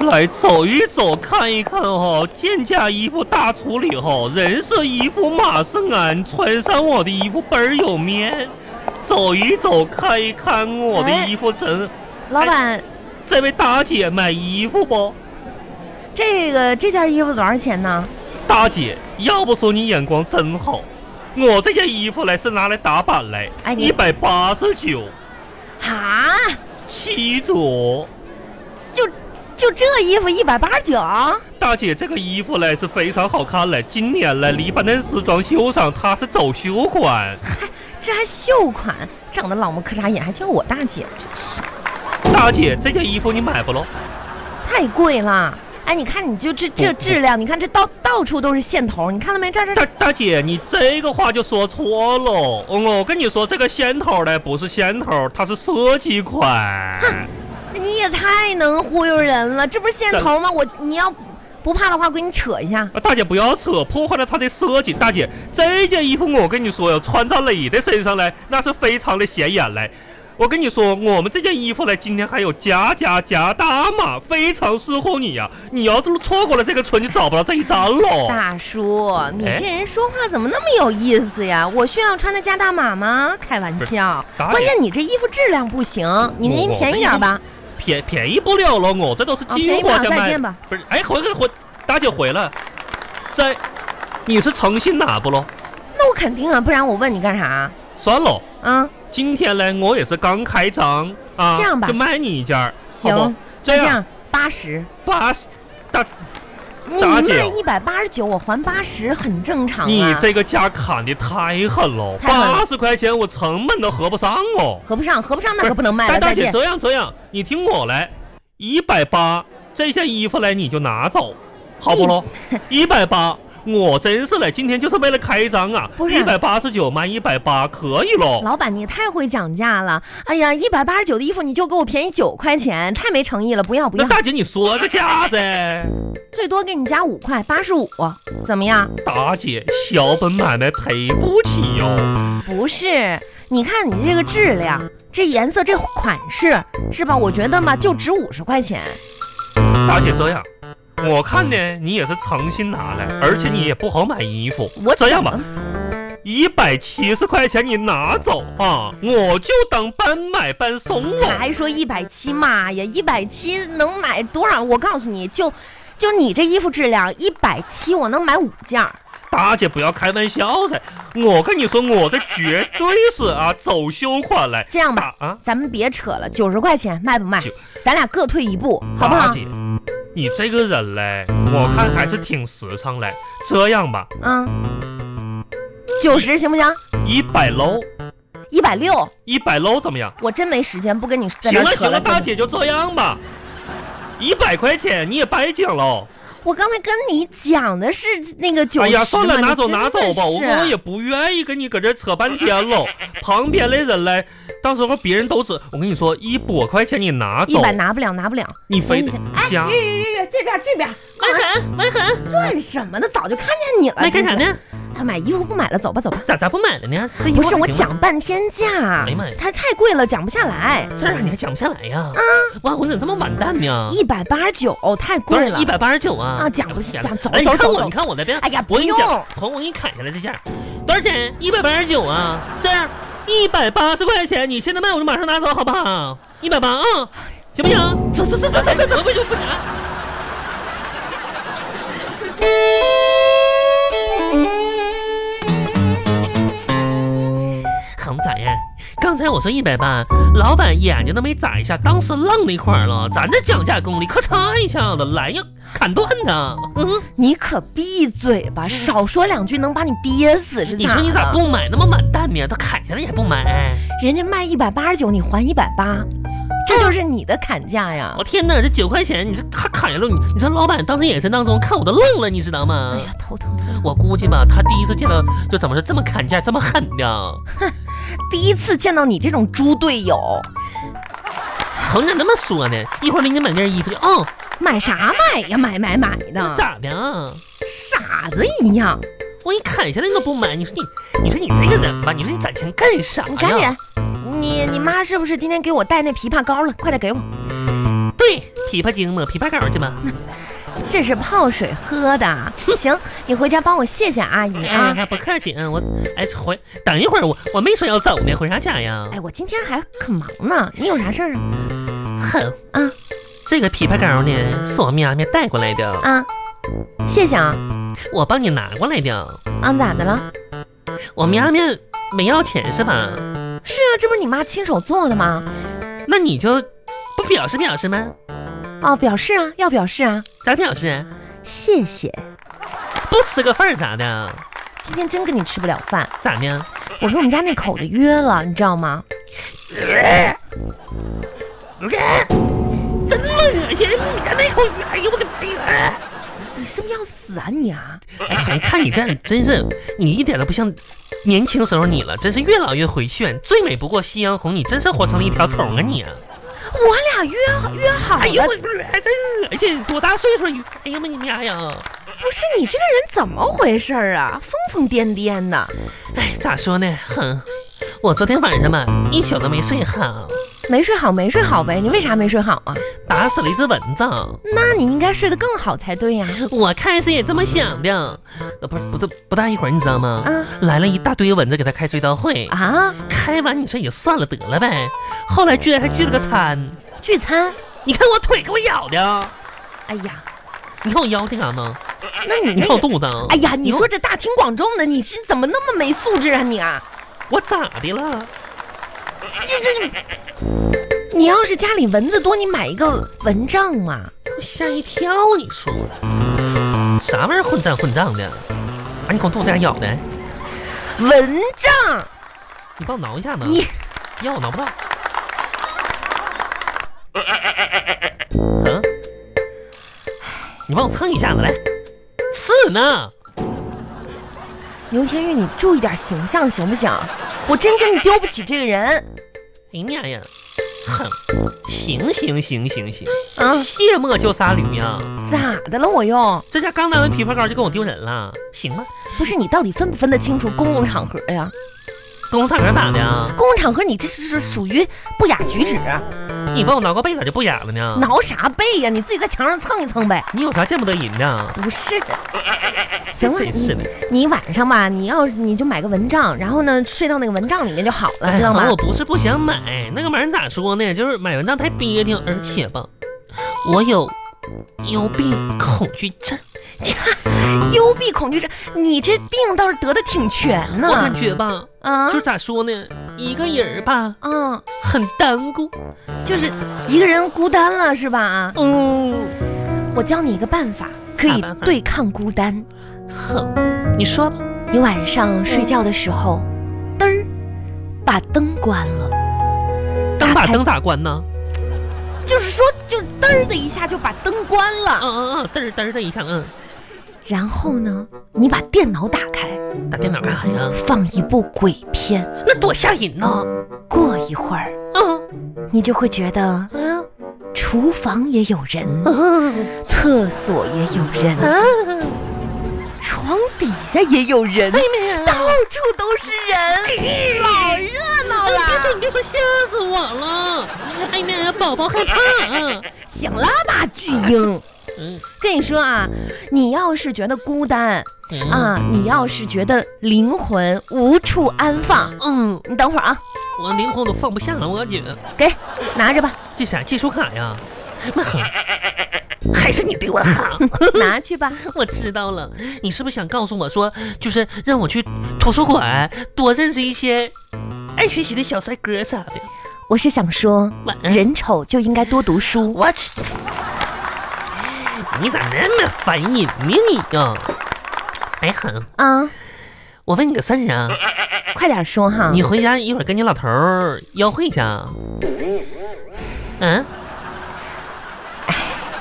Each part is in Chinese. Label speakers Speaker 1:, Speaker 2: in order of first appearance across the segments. Speaker 1: 来走一走，看一看哈，贱价衣服大处理哈，人是衣服马是鞍，穿上我的衣服倍儿有面。走一走，看一看我的
Speaker 2: 哎
Speaker 1: 衣服真。
Speaker 2: 老板，
Speaker 1: 这位大姐买衣服不？
Speaker 2: 这个这件衣服多少钱呢？
Speaker 1: 大姐，要不说你眼光真好，我这件衣服来是拿来打版来
Speaker 2: 哎，你
Speaker 1: 一百八十九，
Speaker 2: 啊，
Speaker 1: 七折。
Speaker 2: 就就这衣服一百八十九，
Speaker 1: 大姐，这个衣服嘞是非常好看嘞，今年嘞黎巴嫩时装秀上它是走秀款。
Speaker 2: 这还秀款，长得老模磕碜眼，还叫我大姐，真是
Speaker 1: 大姐，这件衣服你买不喽？
Speaker 2: 太贵了。哎，你看你就这这
Speaker 1: 不不
Speaker 2: 质量，你看这到到处都是线头，你看到没？这这
Speaker 1: 大大姐，你这个话就说错喽。嗯我跟你说，这个线头嘞不是线头，它是设计款。啊
Speaker 2: 你也太能忽悠人了，这不是线头吗？我你要不怕的话，我给你扯一下。
Speaker 1: 啊，大姐不要扯，破坏了它的设计。大姐，这件衣服我跟你说呀，穿到你的身上来，那是非常的显眼嘞。我跟你说，我们这件衣服嘞，今天还有加加加大码，非常适合你呀、你要是错过了这个村，就找不到这一张喽。
Speaker 2: 大叔，你
Speaker 1: 哎
Speaker 2: 这人说话怎么那么有意思呀？我需要穿的加大码吗？开玩笑，
Speaker 1: 打
Speaker 2: 关键你这衣服质量不行，你那
Speaker 1: 我
Speaker 2: 便宜点儿吧。
Speaker 1: 便便宜不了了，我这都是
Speaker 2: 啊
Speaker 1: 进
Speaker 2: 便宜不
Speaker 1: 货
Speaker 2: 了
Speaker 1: 价
Speaker 2: 再
Speaker 1: 卖。
Speaker 2: 见吧
Speaker 1: 不是，哎，回回回，大姐回来，这你是诚信拿不喽？
Speaker 2: 那我肯定啊，不然我问你干啥？
Speaker 1: 算喽，
Speaker 2: 啊，
Speaker 1: 今天嘞我也是刚开张啊，
Speaker 2: 这样吧
Speaker 1: 就卖你一件儿，
Speaker 2: 行，
Speaker 1: 好不？
Speaker 2: 就
Speaker 1: 这
Speaker 2: 这
Speaker 1: 样。
Speaker 2: 样，八十。
Speaker 1: 八十，大，
Speaker 2: 你
Speaker 1: 打姐哦
Speaker 2: 卖一百八十九，我还八十，很正常啊。
Speaker 1: 你这个价砍的太狠了，
Speaker 2: 太狠了
Speaker 1: 八十块钱我成本都合不上哦。
Speaker 2: 合不上，合不上那
Speaker 1: 不是
Speaker 2: 可不能卖
Speaker 1: 大
Speaker 2: 了。
Speaker 1: 大
Speaker 2: 再
Speaker 1: 姐
Speaker 2: 见。
Speaker 1: 这样哦这样，你听我来，一百八这件衣服来你就拿走，好不咯？一百八。我真是嘞，今天就是为了开张啊！
Speaker 2: 不是
Speaker 1: 一百八十九卖一百八，可以喽。
Speaker 2: 老板，你也太会讲价了。哎呀，一百八十九的衣服你就给我便宜九块钱，太没诚意了，不要不
Speaker 1: 那
Speaker 2: 要，
Speaker 1: 大姐你说个价噻？
Speaker 2: 最多给你加五块，八十五，怎么样？
Speaker 1: 大姐，小本买卖赔不起哟、
Speaker 2: 不是，你看你这个质量，这颜色，这款式，是吧？我觉得嘛，就值五十块钱。
Speaker 1: 大姐这样，我看呢，你也是诚心拿来，而且你也不好买衣服。
Speaker 2: 我
Speaker 1: 这样
Speaker 2: 怎
Speaker 1: 吧
Speaker 2: 么，，
Speaker 1: 一百七十块钱你拿走啊，我就当半买半送了。
Speaker 2: 还说一百七，妈呀，一百七能买多少？我告诉你就，就你这衣服质量，一百七我能买五件儿。
Speaker 1: 大姐不要开玩笑噻，我跟你说，我这绝对是啊走秀款嘞。
Speaker 2: 这样吧，
Speaker 1: 大啊，
Speaker 2: 咱们别扯了，九十块钱卖不卖
Speaker 1: 九？
Speaker 2: 咱俩各退一步，好不
Speaker 1: 大
Speaker 2: 好？
Speaker 1: 姐，你这个人嘞，我看还是挺实诚嘞。这样吧，
Speaker 2: 嗯，九十行不行？
Speaker 1: 一百喽，
Speaker 2: 一百六，
Speaker 1: 一百喽怎么样？
Speaker 2: 我真没时间，不跟你在这
Speaker 1: 行
Speaker 2: 儿
Speaker 1: 了
Speaker 2: 扯
Speaker 1: 行了，
Speaker 2: 了。
Speaker 1: 大
Speaker 2: 真的
Speaker 1: 姐就这样吧，一百块钱你也白讲喽。
Speaker 2: 我刚才跟你讲的是那个九十
Speaker 1: 哎呀，算了，
Speaker 2: 嘛
Speaker 1: 拿
Speaker 2: 你
Speaker 1: 走
Speaker 2: 真
Speaker 1: 拿
Speaker 2: 的
Speaker 1: 走吧，我
Speaker 2: 是啊
Speaker 1: 我也不愿意跟你搁这扯半天 喽。旁边的人嘞，到时候别人都知。我跟你说，一百块钱你拿
Speaker 2: 一
Speaker 1: 走，
Speaker 2: 百拿不了，拿不了。
Speaker 1: 你非
Speaker 2: 行
Speaker 1: 得
Speaker 2: 行，哎
Speaker 1: 加。
Speaker 2: 月月月，这边这边，
Speaker 3: 文恒，文恒，
Speaker 2: 转什么呢？早就看见你了。
Speaker 3: 卖干啥
Speaker 2: 真是？
Speaker 3: 呢？
Speaker 2: 他买衣服不买了，走吧走吧。
Speaker 3: 咋咋不买了呢？这一
Speaker 2: 不
Speaker 3: 会儿
Speaker 2: 是我
Speaker 3: 行吗，
Speaker 2: 讲半天价
Speaker 3: 哎呀妈呀，
Speaker 2: 它太贵了，讲不下来。
Speaker 3: 这儿你还讲不下来呀？啊，哇，我怎么这么完蛋呢？
Speaker 2: 一百八十九太
Speaker 3: 不
Speaker 2: 贵
Speaker 3: 是
Speaker 2: 了
Speaker 3: 一。百八十九啊！
Speaker 2: 啊讲不
Speaker 3: 哎
Speaker 2: 下
Speaker 3: 呀
Speaker 2: 讲走
Speaker 3: 哎你
Speaker 2: 走
Speaker 3: 看
Speaker 2: 走
Speaker 3: 我，
Speaker 2: 走
Speaker 3: 你看我这边，
Speaker 2: 哎呀，
Speaker 3: 我
Speaker 2: 不
Speaker 3: 跟你
Speaker 2: 用，
Speaker 3: 讲，头我给你砍下来这件儿，多少钱？一百八十九啊！这样一百八十块钱，你现在卖我就马上拿走，好不好？一百八啊，行不行？
Speaker 2: 走走走走走走。
Speaker 3: 走，我就付钱。恒咋样？刚才我说一百八，老板眼睛都没眨一下，当时愣那一块儿了。咱这讲价功力，咔嚓一下子来呀，砍断的。嗯，
Speaker 2: 你可闭嘴吧，少说两句能把你憋死是咋的？
Speaker 3: 你说你咋不买那么满蛋呢？都砍下来也不买。
Speaker 2: 人家卖一百八十九，你还一百八，这就是你的砍价呀
Speaker 3: 我、！天哪，这九块钱，你这咔砍下来，你你这老板当时眼神当中看我都愣了，你知道吗
Speaker 2: 哎？呀，头疼。
Speaker 3: 我估计吧，他第一次见到就怎么说这么砍价这么狠的。
Speaker 2: 第一次见到你这种猪队友，
Speaker 3: 恒咋那么说呢？一会儿领你买件衣服去，哦，
Speaker 2: 买啥买呀？买买买的，
Speaker 3: 咋的啊？
Speaker 2: 傻子一样。
Speaker 3: 我一砍下来你都不买，你说你，你说你这个人吧，你说你攒钱干啥呀？
Speaker 2: 你赶紧，你你妈是不是今天给我带那枇杷膏了？快点给我！
Speaker 3: 不
Speaker 1: 对，琵琶精嘛，琵琶膏去嘛。
Speaker 2: 这是泡水喝的。行，你回家帮我谢谢阿 姨啊。
Speaker 1: 哎，不客气，嗯，我哎回等一会儿，我我没说要走呢，回啥家呀？
Speaker 2: 哎，我今天还很忙呢，你有啥事儿啊？
Speaker 1: 哼，
Speaker 2: 啊
Speaker 1: 这个枇杷膏呢是我喵喵带过来的，
Speaker 2: 啊，谢谢啊。
Speaker 1: 我帮你拿过来的。
Speaker 2: 啊，咋的了？
Speaker 1: 我喵喵没要钱是吧？
Speaker 2: 是啊，这不是你妈亲手做的吗？
Speaker 1: 那你就不表示表示吗？
Speaker 2: 哦，表示啊，要表示啊，
Speaker 1: 咋表示？
Speaker 2: 谢谢。
Speaker 1: 不吃个饭儿啥的？
Speaker 2: 今天真跟你吃不了饭，
Speaker 1: 咋的？
Speaker 2: 我跟我们家那口子约了，你知道吗？
Speaker 1: 哎真恶心！你家那口鱼，哎呦我的妈呀！
Speaker 2: 你是不是要死啊你啊？
Speaker 1: 哎，还看你这样，真是你一点都不像年轻时候你了，真是越老越回旋，最美不过夕阳红，你真是活成了一条虫啊你啊！
Speaker 2: 我俩约好约好了，
Speaker 1: 哎呦我，哎真恶心，多大岁数？哎呀妈你妈呀！
Speaker 2: 不是你这个人怎么回事儿啊？疯疯癫癫的，
Speaker 1: 哎，咋说呢？哼，我昨天晚上吧，一宿都没睡好，
Speaker 2: 没睡好没睡好呗？
Speaker 1: 嗯
Speaker 2: 你为啥没睡好啊？
Speaker 1: 打死了一只蚊子。
Speaker 2: 那你应该睡得更好才对呀、
Speaker 1: 我开始也这么想的，呃，不是，不大不大一会儿，你知道吗？
Speaker 2: 啊
Speaker 1: 来了一大堆蚊子给他开追悼会，
Speaker 2: 啊！
Speaker 1: 开完你说也算了得了呗。后来居然还聚了个餐，
Speaker 2: 聚餐，
Speaker 1: 你看我腿给我咬的，
Speaker 2: 哎呀，
Speaker 1: 你看我腰这嘎吗？
Speaker 2: 那你
Speaker 1: 你
Speaker 2: 那
Speaker 1: 看我
Speaker 2: 个，
Speaker 1: 肚子啊，
Speaker 2: 哎呀，你
Speaker 1: 看
Speaker 2: 说这大庭广众的，你是怎么那么没素质啊你啊？
Speaker 1: 我咋的了？
Speaker 2: 你要是家里蚊子多，你买一个蚊帐嘛。
Speaker 1: 我吓一跳，你说啥玩意儿混账混账的？啊，你看我肚子上咬的，
Speaker 2: 蚊帐，
Speaker 1: 你帮我挠一下呢？
Speaker 2: 你
Speaker 1: 要我挠不到。嗯，你帮我蹭一下子来。刺呢？
Speaker 2: 牛天玉，你注意点形象行不行？我真跟你丢不起这个人
Speaker 1: 哎呀妈呀！哼，行行行行行，
Speaker 2: 啊！
Speaker 1: 卸磨就杀驴呀！
Speaker 2: 咋的了我又？
Speaker 1: 这家刚拿完枇杷膏就跟我丢人了，行吗？
Speaker 2: 不是你到底分不分得清楚公共场合呀？
Speaker 1: 跟我大哥咋的啊？
Speaker 2: 公共场合你这是属于不雅举止，啊
Speaker 1: 你帮我挠个背咋就不雅了呢？
Speaker 2: 挠啥背呀？你自己在墙上蹭一蹭呗。
Speaker 1: 你有啥见不得人的？
Speaker 2: 不 是，行了，
Speaker 1: 真是
Speaker 2: 你
Speaker 1: 的。
Speaker 2: 你晚上吧，你要你就买个蚊帐，然后呢睡到那个蚊帐里面就好了，
Speaker 1: 哎
Speaker 2: 知道吗
Speaker 1: 好我？不是不想买，那个玩意儿咋说呢？就是买蚊帐太憋挺，而且吧，我有幽闭恐惧症，
Speaker 2: 幽闭恐惧症，你这病倒是得的挺全
Speaker 1: 我感
Speaker 2: 呢。
Speaker 1: 觉吧，
Speaker 2: 啊
Speaker 1: 就是咋说呢，一个人儿吧
Speaker 2: 啊，
Speaker 1: 很单孤，
Speaker 2: 就是一个人孤单了是吧？
Speaker 1: 嗯，
Speaker 2: 我教你一个办法，可
Speaker 1: 啥
Speaker 2: 以
Speaker 1: 办法
Speaker 2: 对抗孤单。
Speaker 1: 哼，你说吧，
Speaker 2: 你晚上睡觉的时候，嘚儿把灯关了。
Speaker 1: 灯
Speaker 2: 打
Speaker 1: 把
Speaker 2: 开
Speaker 1: 灯咋关呢？
Speaker 2: 就是说，就嘚儿的一下就把灯关
Speaker 1: 嗯
Speaker 2: 了。
Speaker 1: 嗯嗯，嘚儿嘚儿的一下，嗯，
Speaker 2: 然后呢，你把电脑打开，哎
Speaker 1: 打电脑干啥呀？
Speaker 2: 放一部鬼片，
Speaker 1: 那多吓人呐！
Speaker 2: 嗯过一会儿
Speaker 1: 嗯
Speaker 2: 你就会觉得
Speaker 1: 嗯
Speaker 2: 厨房也有人，
Speaker 1: 嗯
Speaker 2: 厕所也有人，
Speaker 1: 嗯，
Speaker 2: 床底下也有人，
Speaker 1: 哎呀妈呀！
Speaker 2: 到处都是人，老热闹
Speaker 1: 哎别说
Speaker 2: 了。
Speaker 1: 你别说，吓死我了！哎呀妈呀，宝宝害怕。嗯
Speaker 2: 行了吧，巨婴。
Speaker 1: 嗯
Speaker 2: 跟你说啊，你要是觉得孤单
Speaker 1: 嗯
Speaker 2: 啊，你要是觉得灵魂无处安放，
Speaker 1: 嗯，
Speaker 2: 你等会儿啊，
Speaker 1: 我灵魂都放不下了，我感觉
Speaker 2: 给拿着吧。
Speaker 1: 这啥技术卡呀？妈，还是你对我好。
Speaker 2: 拿去吧。
Speaker 1: 我知道了，你是不是想告诉我说，就是让我去图书馆多认识一些爱学习的小帅哥啥的？
Speaker 2: 我是想说，
Speaker 1: 晚安。
Speaker 2: 人丑就应该多读书。
Speaker 1: 我去，你咋那么烦人呢你呀？哎哼，
Speaker 2: 啊，
Speaker 1: 我问你个事儿啊，
Speaker 2: 快点说哈。
Speaker 1: 你回家一会儿跟你老头儿约会去啊？嗯，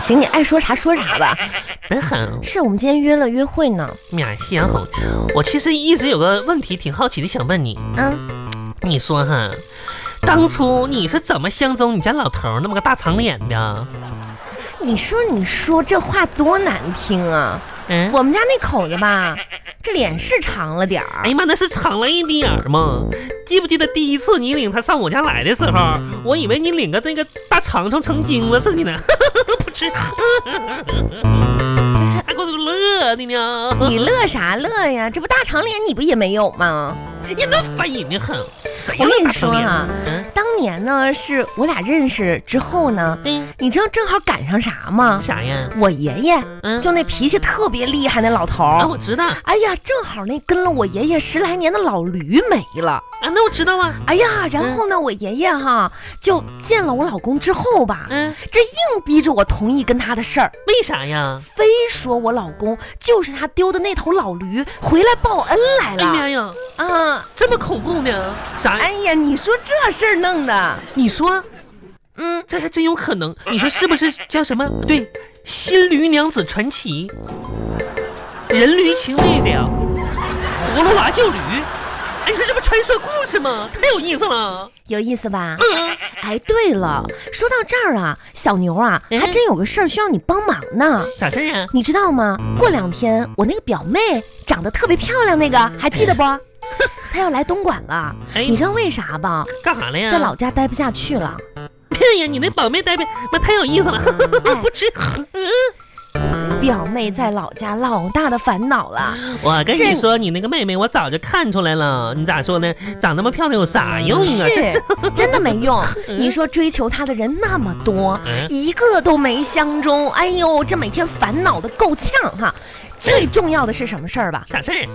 Speaker 2: 行，你爱说啥说啥吧。
Speaker 1: 哎哼。
Speaker 2: 是我们今天约了约会呢。
Speaker 1: 呀，夕阳红，我其实一直有个问题挺好奇的，想问你，
Speaker 2: 嗯，
Speaker 1: 你说哈，当初你是怎么相中你家老头儿那么个大长脸的？
Speaker 2: 你说你说这话多难听啊！
Speaker 1: 嗯，
Speaker 2: 我们家那口子吧，这脸是长了点儿。
Speaker 1: 哎呀妈，那是长了一点儿嘛！记不记得第一次你领他上我家来的时候，我以为你领个那个大长虫成精了似的呢， 不吃，还给我乐的呢。
Speaker 2: 你乐啥乐呀？这不大长脸你不也没有吗？
Speaker 1: 哎呀，那烦人的很，谁
Speaker 2: 我
Speaker 1: 要
Speaker 2: 跟你
Speaker 1: 打
Speaker 2: 说
Speaker 1: 成脸
Speaker 2: 啊？，
Speaker 1: 嗯
Speaker 2: 当年呢是我俩认识之后呢，
Speaker 1: 嗯，
Speaker 2: 你知道正好赶上啥吗？
Speaker 1: 啥呀？
Speaker 2: 我爷爷
Speaker 1: 嗯，
Speaker 2: 就那脾气特别厉害那老头
Speaker 1: 啊，
Speaker 2: 儿，
Speaker 1: 我知道啊，
Speaker 2: 哎呀，正好那跟了我爷爷十来年的老驴没了。
Speaker 1: 那我知道啊，
Speaker 2: 哎呀，然后呢，我爷爷哈就见了我老公之后吧，
Speaker 1: 嗯，
Speaker 2: 这硬逼着我同意跟他的事儿，
Speaker 1: 为啥呀？
Speaker 2: 非说我老公就是他丢的那头老驴回来报恩来
Speaker 1: 哎妈
Speaker 2: 了
Speaker 1: 呀，
Speaker 2: 啊！
Speaker 1: 这么恐怖呢？啥？
Speaker 2: 哎呀，你说这事儿弄的，
Speaker 1: 你说
Speaker 2: 嗯，
Speaker 1: 这还真有可能？你说是不是叫什么？对，《新驴娘子传奇》，人驴情未了，葫芦娃救驴。哎，你说这不传说故事吗？太有意思了。
Speaker 2: 有意思吧？
Speaker 1: 嗯，
Speaker 2: 哎，对了，说到这儿啊，小牛啊，
Speaker 1: 嗯
Speaker 2: 还真有个事儿需要你帮忙呢。
Speaker 1: 啥事儿啊？
Speaker 2: 你知道吗？过两天我那个表妹长得特别漂亮，那个还记得不？ 她要来东莞了，
Speaker 1: 哎嗯
Speaker 2: 你，知道为啥吧？
Speaker 1: 干啥了呀？
Speaker 2: 在老家待不下去 了。
Speaker 1: 哎呀，你那宝妹待呗，妈太有意思了，
Speaker 2: 嗯
Speaker 1: 不吃。
Speaker 2: 哎表妹在老家老大的烦恼了，
Speaker 1: 我跟
Speaker 2: 这
Speaker 1: 你说，你那个妹妹我早就看出来了。你咋说呢？长那么漂亮有啥用啊？嗯这
Speaker 2: 是真的没 用。你说追求她的人那么多，
Speaker 1: 嗯
Speaker 2: 一个都没相中，哎呦，这每天烦恼的够呛哈。最重要的是什么事儿吧？
Speaker 1: 啥事儿？啊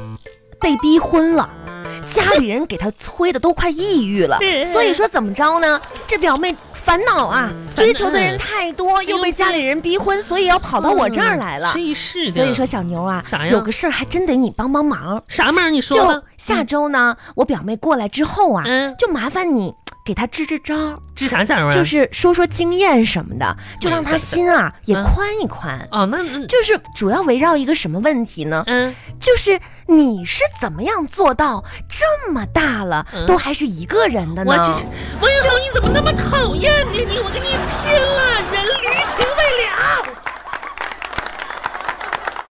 Speaker 2: 被逼婚了，家里人给她催的都快抑郁了。
Speaker 1: 嗯
Speaker 2: 所以说怎么着呢？这表妹烦恼啊，追求的人太多，又被家里人逼婚，所以要跑到我这儿来了。
Speaker 1: 哎嗯是是的。
Speaker 2: 所以说小牛啊
Speaker 1: 啥，呀
Speaker 2: 有个事儿还真得你帮帮忙。
Speaker 1: 啥门儿？你说
Speaker 2: 就
Speaker 1: 吧。
Speaker 2: 下周呢，我表妹过来之后啊，
Speaker 1: 嗯，
Speaker 2: 就麻烦你给她支支招，
Speaker 1: 支啥招啊？
Speaker 2: 就是说说经验什么的，就让她心啊也
Speaker 1: 嗯
Speaker 2: 宽一宽。
Speaker 1: 哦，那那
Speaker 2: 就是主要围绕一个什么问题呢？
Speaker 1: 嗯，
Speaker 2: 就是你是怎么样做到这么大了
Speaker 1: 嗯
Speaker 2: 都还是一个人的
Speaker 1: 我哎这
Speaker 2: 呢？
Speaker 1: 王永红，你怎么那么讨厌呢？你我跟你拼了，人驴情未了！